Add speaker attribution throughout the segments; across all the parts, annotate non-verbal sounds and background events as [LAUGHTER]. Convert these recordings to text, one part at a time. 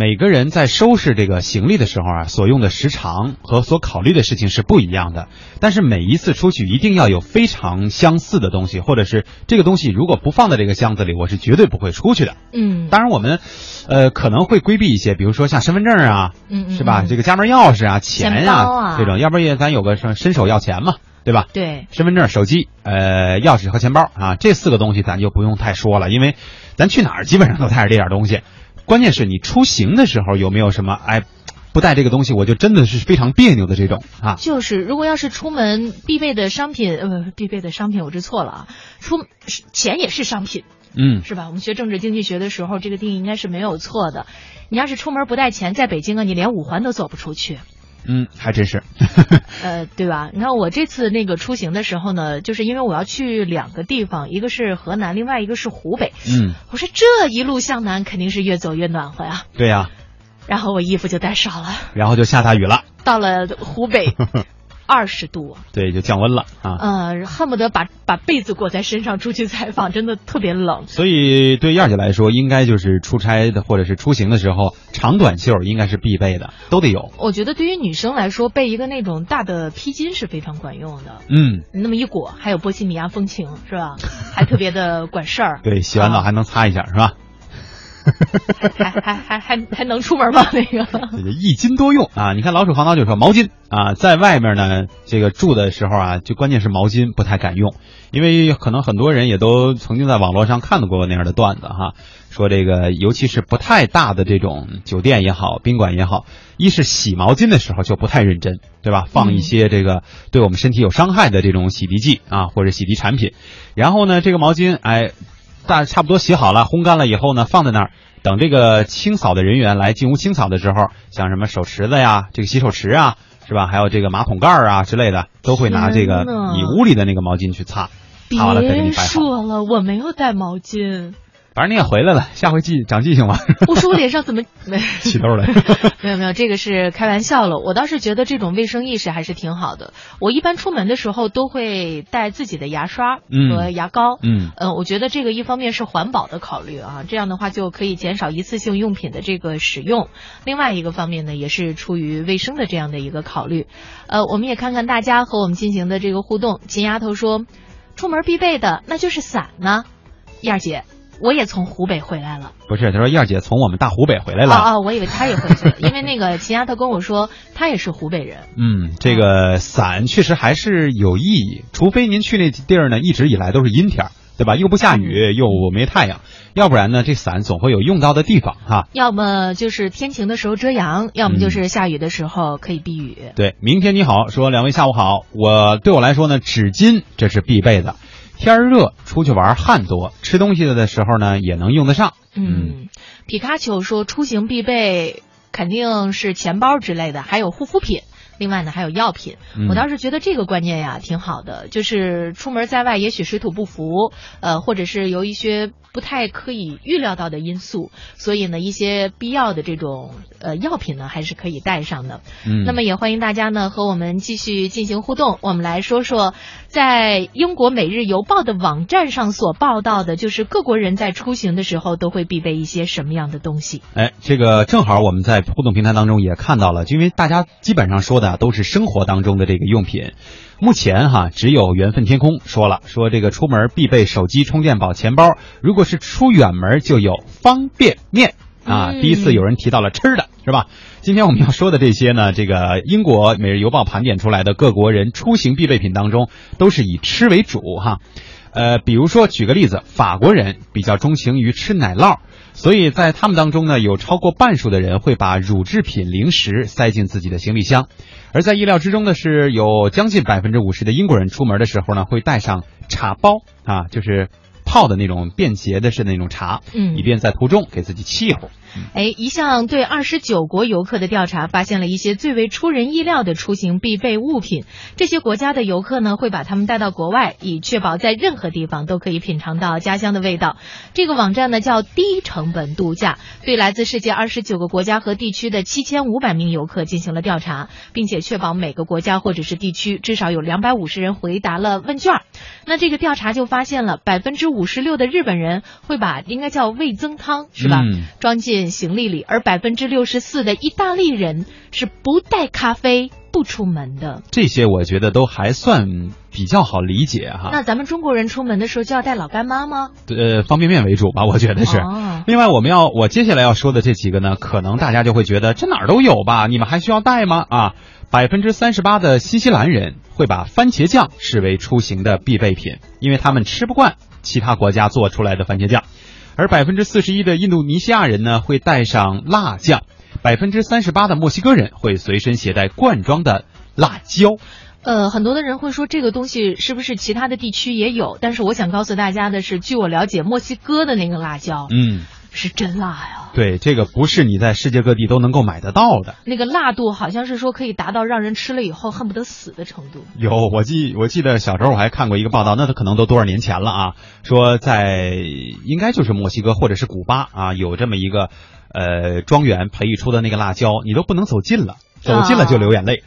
Speaker 1: 每个人在收拾这个行李的时候啊，所用的时长和所考虑的事情是不一样的。但是每一次出去一定要有非常相似的东西，或者是这个东西如果不放在这个箱子里，我是绝对不会出去的。
Speaker 2: 嗯，
Speaker 1: 当然，我们，呃，可能会规避一些，比如说像身份证啊，
Speaker 2: 嗯嗯
Speaker 1: 是吧？
Speaker 2: 嗯
Speaker 1: 这个家门钥匙啊、钱
Speaker 2: 钱
Speaker 1: 呀、
Speaker 2: 包啊
Speaker 1: 这种，要不然也咱有个什么伸手要钱嘛，对吧？
Speaker 2: 对，
Speaker 1: 身份证、手机、呃，钥匙和钱包啊，这四个东西咱就不用太说了，因为咱去哪儿基本上都带着这点东西。关键是你出行的时候有没有什么哎，不带这个东西我就真的是非常别扭的这种啊？
Speaker 2: 就是如果要是出门必备的商品，呃，必备的商品我这错了啊，出是钱也是商品
Speaker 1: 嗯，
Speaker 2: 是吧？我们学政治经济学的时候，这个定义应该是没有错的。你要是出门不带钱，在北京啊，你连五环都走不出去。
Speaker 1: 嗯，还真是。
Speaker 2: 呃，对吧？你看我这次那个出行的时候呢，就是因为我要去两个地方，一个是河南，另外一个是湖北。
Speaker 1: 嗯，
Speaker 2: 我说这一路向南肯定是越走越暖和呀，
Speaker 1: 对呀、
Speaker 2: 然后我衣服就带少了。
Speaker 1: 然后就下大雨了，
Speaker 2: 到了
Speaker 1: [LAUGHS]
Speaker 2: 湖北，二十度，
Speaker 1: 对，就降温了啊。
Speaker 2: 呃，恨不得把把被子裹在身上出去采访，真的特别冷。
Speaker 1: 所以对燕儿姐来说，应该就是出差的或者是出行的时候，长短袖应该是必备的，都得有。
Speaker 2: 我觉得对于女生来说，备一个那种大的披巾是非常管用的。
Speaker 1: 嗯，，
Speaker 2: 那么一裹，还有波西米亚风情是吧？还特别的管事儿
Speaker 1: 对，洗完澡
Speaker 2: 啊
Speaker 1: 还能擦一下，是吧？
Speaker 2: 还还还还还能出门吗？那个，
Speaker 1: 这个一斤多用啊！你看老鼠黄刀就说毛巾啊，在外面呢，这个住的时候啊，就关键是毛巾不太敢用，因为可能很多人也都曾经在网络上看到过那样的段子哈，说这个尤其是不太大的这种酒店也好，宾馆也好，一是洗毛巾的时候就不太认真，对吧？放一些这个对我们身体有伤害的这种洗涤剂啊，或者洗涤产品，然后呢，这个毛巾哎，大差不多洗好了，烘干了以后呢，放在那儿，等这个清扫的人员来进屋清扫的时候，像什么手池子呀、这个洗手池啊，是吧？还有这个马桶盖儿啊之类的，都会拿这个
Speaker 2: 天呐
Speaker 1: 你屋里的那个毛巾去擦，
Speaker 2: [LAUGHS] 别
Speaker 1: 擦完了再给你摆 [LAUGHS] 好。
Speaker 2: 说了，我没有带毛巾。
Speaker 1: 反正你也回来了，下回记长记性吧，
Speaker 2: 我说我脸上怎
Speaker 1: [LAUGHS]
Speaker 2: 么没？
Speaker 1: 起痘了。
Speaker 2: [LAUGHS] 没有没有，这个是开玩笑了。我倒是觉得这种卫生意识还是挺好的。我一般出门的时候都会带自己的牙刷
Speaker 1: 嗯
Speaker 2: 和牙膏。
Speaker 1: 嗯
Speaker 2: 呃我觉得这个一方面是环保的考虑啊，这样的话就可以减少一次性用品的这个使用。另外一个方面呢，也是出于卫生的这样的一个考虑。呃，我们也看看大家和我们进行的这个互动。秦丫头说，出门必备的那就是伞呢。燕儿姐，我也从湖北回来了。
Speaker 1: 不是，他说燕儿姐从我们大湖北回来了。
Speaker 2: 哦哦，我以为他也回去了，因为那个秦丫头跟我说他也是湖北人。
Speaker 1: 嗯，这个伞确实还是有意义，除非您去那地儿呢，一直以来都是阴天儿，对吧？又不下
Speaker 2: 嗯
Speaker 1: 雨，又没太阳，要不然呢，这伞总会有用到的地方哈。
Speaker 2: 要么就是天晴的时候遮阳，要
Speaker 1: 嗯
Speaker 2: 么就是下雨的时候可以避雨。
Speaker 1: 对，明天你好，说两位下午好。我对我来说呢，纸巾这是必备的。天儿热，出去玩儿汗多，吃东西的时候呢也能用得上。
Speaker 2: 嗯，皮卡丘说出行必备肯定是钱包之类的，还有护肤品。另外呢，还有药品。
Speaker 1: 嗯
Speaker 2: 我倒是觉得这个观念呀挺好的，就是出门在外，也许水土不服，呃，或者是有一些不太可以预料到的因素，所以呢，一些必要的这种呃药品呢，还是可以带上的。
Speaker 1: 嗯，
Speaker 2: 那么也欢迎大家呢和我们继续进行互动。我们来说说，在英国《每日邮报》的网站上所报道的，就是各国人在出行的时候都会必备一些什么样的东西。
Speaker 1: 哎，这个正好我们在互动平台当中也看到了，就因为大家基本上说的啊都是生活当中的这个用品。目前哈，只有缘分天空说了，说这个出门必备手机、充电宝、钱包，如果是出远门就有方便面。啊，
Speaker 2: 嗯
Speaker 1: 第一次有人提到了吃的，是吧？今天我们要说的这些呢，这个英国《每日邮报》盘点出来的各国人出行必备品当中，都是以吃为主哈。呃，比如说举个例子，法国人比较钟情于吃奶酪，所以在他们当中呢，有超过半数的人会把乳制品、零食塞进自己的行李箱。而在意料之中的是，有将近百分之五十的英国人出门的时候呢，会带上茶包啊，就是泡的那种便携的是那种茶，
Speaker 2: 嗯
Speaker 1: 以便在途中给自己沏一会儿。
Speaker 2: 哎，一项对二十九国游客的调查发现了一些最为出人意料的出行必备物品。这些国家的游客呢，会把他们带到国外，以确保在任何地方都可以品尝到家乡的味道。这个网站呢叫低成本度假，对来自世界二十九个国家和地区的七千五百名游客进行了调查，并且确保每个国家或者是地区至少有两百五十人回答了问卷儿。那这个调查就发现了百分之五十六的日本人会把应该叫味增汤是吧？
Speaker 1: 嗯
Speaker 2: 装进进行李里，而百分之六十四的意大利人是不带咖啡不出门的。
Speaker 1: 这些我觉得都还算比较好理解哈。
Speaker 2: 那咱们中国人出门的时候就要带老干妈吗？
Speaker 1: 呃，方便面为主吧，我觉得是。
Speaker 2: 哦
Speaker 1: 另外，我们要我接下来要说的这几个呢，可能大家就会觉得这哪儿都有吧？你们还需要带吗？啊，百分之三十八的新西兰人会把番茄酱视为出行的必备品，因为他们吃不惯其他国家做出来的番茄酱。而百分之四十一的印度尼西亚人呢，会带上辣酱；百分之三十八的墨西哥人会随身携带罐装的辣椒。
Speaker 2: 呃，很多的人会说这个东西是不是其他的地区也有？但是我想告诉大家的是，据我了解，墨西哥的那个辣椒、
Speaker 1: 嗯，
Speaker 2: 是真辣呀，
Speaker 1: 对，这个不是你在世界各地都能够买得到的。
Speaker 2: 那个辣度好像是说可以达到让人吃了以后恨不得死的程度。
Speaker 1: 有，我记我记得小时候我还看过一个报道，那他可能都多少年前了啊，说在应该就是墨西哥或者是古巴啊，有这么一个呃庄园培育出的那个辣椒，你都不能走近了，走近了就流眼泪。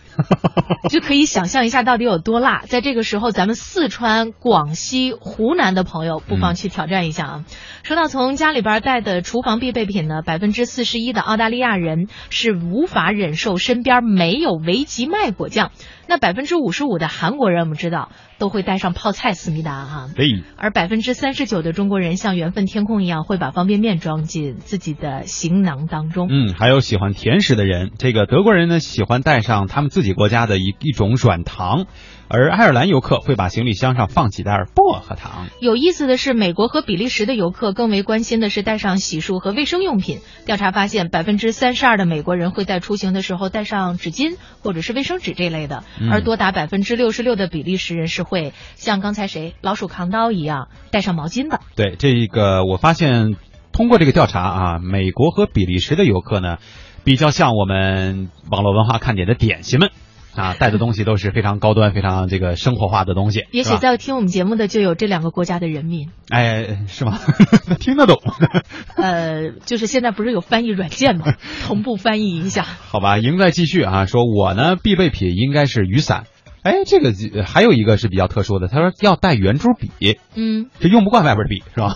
Speaker 2: 就可以想象一下到底有多辣。在这个时候，咱们四川、广西、湖南的朋友不妨去挑战一下啊！说到从家里边带的厨房必备品呢，百分之四十一的澳大利亚人是无法忍受身边没有维吉麦果酱。那百分之五十五的韩国人，我们知道都会带上泡菜思密达哈、
Speaker 1: 哎，
Speaker 2: 而百分之三十九的中国人像缘分天空一样，会把方便面装进自己的行囊当中。
Speaker 1: 嗯，还有喜欢甜食的人，这个德国人呢喜欢带上他们自己国家的一一种软糖，而爱尔兰游客会把行李箱上放几袋薄荷糖。
Speaker 2: 有意思的是，美国和比利时的游客更为关心的是带上洗漱和卫生用品。调查发现，百分之三十二的美国人会在出行的时候带上纸巾或者是卫生纸这类的，
Speaker 1: 嗯
Speaker 2: 而多达百分之六十六的比利时人是会像刚才谁老鼠扛刀一样带上毛巾的。
Speaker 1: 对这个，我发现通过这个调查啊，美国和比利时的游客呢，比较像我们网络文化看点的点心们啊，带的东西都是非常高端、非常这个生活化的东西，
Speaker 2: 也
Speaker 1: 是
Speaker 2: 许
Speaker 1: 吧
Speaker 2: 在听我们节目的就有这两个国家的
Speaker 1: [LAUGHS]
Speaker 2: 人民，
Speaker 1: 哎是吗？ [LAUGHS] 听得懂， [LAUGHS]
Speaker 2: 呃，就是现在不是有翻译软
Speaker 1: [LAUGHS]
Speaker 2: 件吗？同步翻译一下。
Speaker 1: 好吧？赢在继续啊，说我呢必备品应该是雨伞。哎，这个呃还有一个是比较特殊的，他说要带圆珠笔，
Speaker 2: 嗯，
Speaker 1: 这用不惯外边的笔是吧？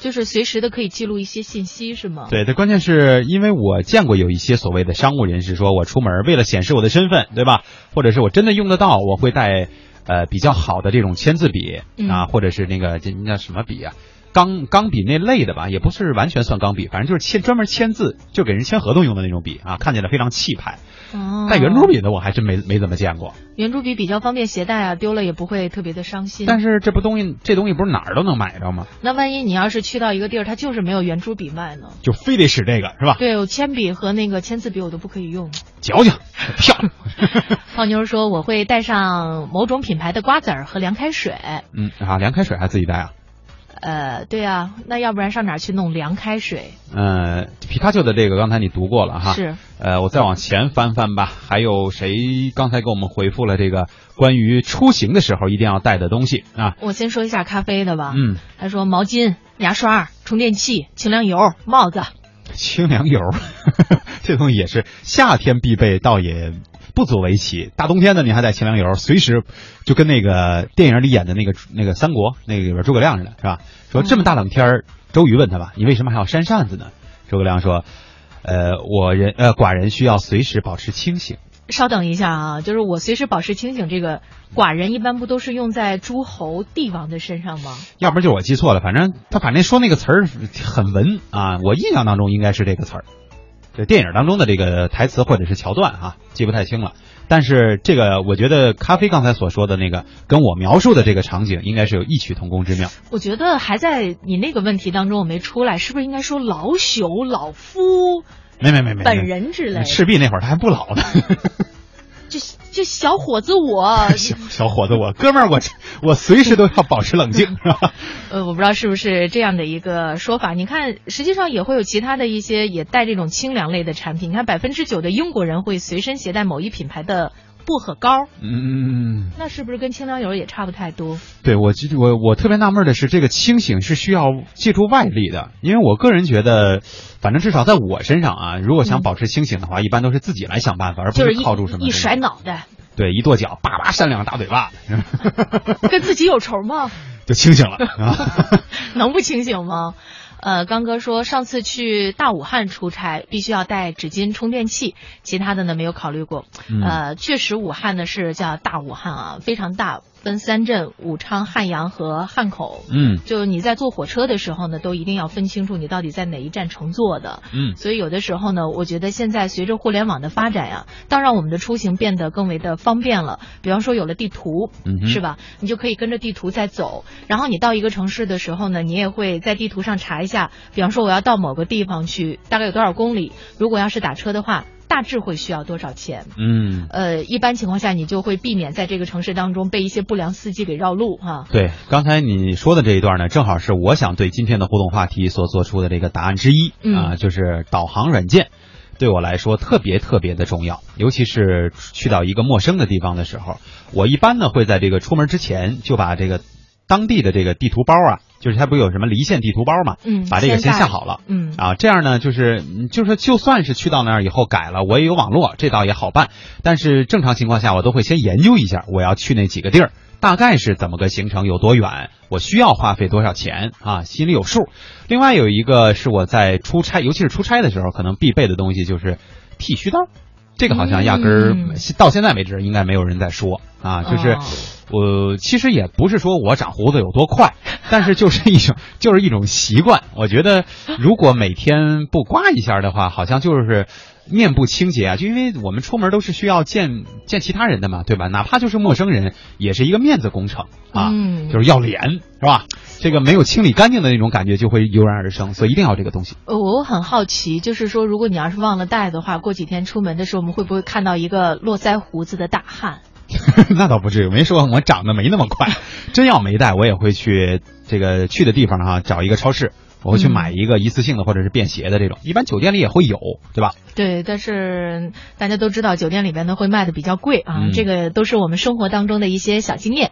Speaker 2: 就是随时的可以记录一些信息，是吗？
Speaker 1: 对，但关键是因为我见过有一些所谓的商务人士说，我出门为了显示我的身份，对吧？或者是我真的用得到，我会带呃比较好的这种签字笔
Speaker 2: 嗯
Speaker 1: 啊，或者是那个这那什么笔啊，钢钢笔那类的吧，也不是完全算钢笔，反正就是签专门签字，就给人签合同用的那种笔啊，看起来非常气派。
Speaker 2: 哦
Speaker 1: 带圆珠笔的我还真没没怎么见过，
Speaker 2: 圆珠笔比较方便携带啊，丢了也不会特别的伤心。
Speaker 1: 但是这不东西这东西不是哪儿都能买着吗？
Speaker 2: 那万一你要是去到一个地儿，它就是没有圆珠笔卖呢？
Speaker 1: 就非得使这个是吧？
Speaker 2: 对，有铅笔和那个签字笔我都不可以用。
Speaker 1: 矫情， [LAUGHS] 漂亮，
Speaker 2: 胖妞说我会带上某种品牌的瓜子儿和凉开水。
Speaker 1: 嗯啊，凉开水还自己带啊。
Speaker 2: 呃，对啊，那要不然上哪儿去弄凉开水？
Speaker 1: 呃，皮卡丘的这个刚才你读过了哈，
Speaker 2: 是，
Speaker 1: 呃，我再往前翻翻吧。还有谁刚才给我们回复了这个关于出行的时候一定要带的东西啊？
Speaker 2: 我先说一下咖啡的吧。
Speaker 1: 嗯，
Speaker 2: 他说毛巾、牙刷、充电器、清凉油、帽子。
Speaker 1: 清凉油， [LAUGHS] 这东西也是夏天必备，倒也不足为奇。大冬天的你还带清凉油，随时就跟那个电影里演的那个那个三国那个里边诸葛亮似的，是吧？说这么大冷天儿，周瑜问他吧，你为什么还要扇扇子呢？诸葛亮说，呃，我人呃寡人需要随时保持清醒。
Speaker 2: 稍等一下啊，就是我随时保持清醒。这个寡人一般不都是用在诸侯帝王的身上吗？
Speaker 1: 要不然就是我记错了，反正他反正说那个词儿很文啊，我印象当中应该是这个词儿，这电影当中的这个台词或者是桥段啊，记不太清了。但是这个我觉得咖啡刚才所说的那个跟我描述的这个场景应该是有异曲同工之妙。
Speaker 2: 我觉得还在你那个问题当中，我没出来，是不是应该说老朽、老夫、
Speaker 1: 没没没没，
Speaker 2: 本人之类？
Speaker 1: 赤壁那会儿他还不老呢， [LAUGHS]
Speaker 2: 这这小伙子我，
Speaker 1: 小小伙子我哥们儿我我随时都要保持冷静是吧？
Speaker 2: [LAUGHS] 呃，我不知道是不是这样的一个说法。你看，实际上也会有其他的一些也带这种清凉类的产品。你看，百分之九的英国人会随身携带某一品牌的薄荷膏，
Speaker 1: 嗯。
Speaker 2: 那是不是跟清凉油也差不太多？
Speaker 1: 对我记我我特别纳闷的是，这个清醒是需要借助外力的，因为我个人觉得，反正至少在我身上啊，如果想保持清醒的话，一般都是自己来想办法，而不
Speaker 2: 嗯就是
Speaker 1: 是
Speaker 2: 一
Speaker 1: 靠住什么
Speaker 2: 一
Speaker 1: 东西
Speaker 2: 甩，脑袋，
Speaker 1: 对，一跺脚，叭叭扇两个大嘴巴，
Speaker 2: 跟自己有仇吗？ [LAUGHS]
Speaker 1: 就清醒了。啊
Speaker 2: 能不清醒吗？呃，刚哥说上次去大武汉出差，必须要带纸巾、充电器，其他的呢没有考虑过。
Speaker 1: 嗯，
Speaker 2: 呃，确实武汉呢是叫大武汉啊，非常大，分三镇：武昌、汉阳和汉口。
Speaker 1: 嗯
Speaker 2: 就你在坐火车的时候呢，都一定要分清楚你到底在哪一站乘坐的。
Speaker 1: 嗯
Speaker 2: 所以有的时候呢，我觉得现在随着互联网的发展呀、倒让我们的出行变得更为的方便了。比方说有了地图，
Speaker 1: 嗯哼，
Speaker 2: 是吧？你就可以跟着地图在走。然后你到一个城市的时候呢，你也会在地图上查一下，比方说我要到某个地方去，大概有多少公里？如果要是打车的话，大致会需要多少钱？
Speaker 1: 嗯，
Speaker 2: 呃，一般情况下，你就会避免在这个城市当中被一些不良司机给绕路哈、
Speaker 1: 对，刚才你说的这一段呢，正好是我想对今天的互动话题所做出的这个答案之一、
Speaker 2: 嗯
Speaker 1: 啊，就是导航软件对我来说特别特别的重要，尤其是去到一个陌生的地方的时候，我一般呢会在这个出门之前就把这个当地的这个地图包啊，就是它不有什么离线地图包嘛，
Speaker 2: 嗯，
Speaker 1: 把这个先
Speaker 2: 带
Speaker 1: 下。好了。
Speaker 2: 嗯
Speaker 1: 啊，这样呢，就是嗯就是，就算是去到那儿以后改了，我也有网络，这倒也好办。但是正常情况下，我都会先研究一下我要去那几个地儿，大概是怎么个行程，有多远，我需要花费多少钱啊，心里有数。另外有一个是我在出差，尤其是出差的时候，可能必备的东西就是剃须刀。这个好像压根儿、
Speaker 2: 嗯
Speaker 1: 到现在为止应该没有人在说啊，就是
Speaker 2: 哦
Speaker 1: 我呃其实也不是说我长胡子有多快，但是就是一种就是一种习惯。我觉得如果每天不刮一下的话，好像就是面部清洁啊，就因为我们出门都是需要见见其他人的嘛，对吧？哪怕就是陌生人，也是一个面子工程啊，
Speaker 2: 嗯
Speaker 1: 就是要脸是吧？这个没有清理干净的那种感觉就会油然而生，所以一定要这个东西。
Speaker 2: 呃我很好奇，就是说，如果你要是忘了带的话，过几天出门的时候，我们会不会看到一个络腮胡子的大汉？
Speaker 1: [LAUGHS] 那倒不至于，没说我长得没那么快。真要没带，我也会去这个去的地方哈、找一个超市，我会去
Speaker 2: 嗯
Speaker 1: 买一个一次性的或者是便携的这种，一般酒店里也会有，对吧？
Speaker 2: 对，但是大家都知道，酒店里边呢会卖的比较贵啊，
Speaker 1: 嗯
Speaker 2: 这个都是我们生活当中的一些小经验。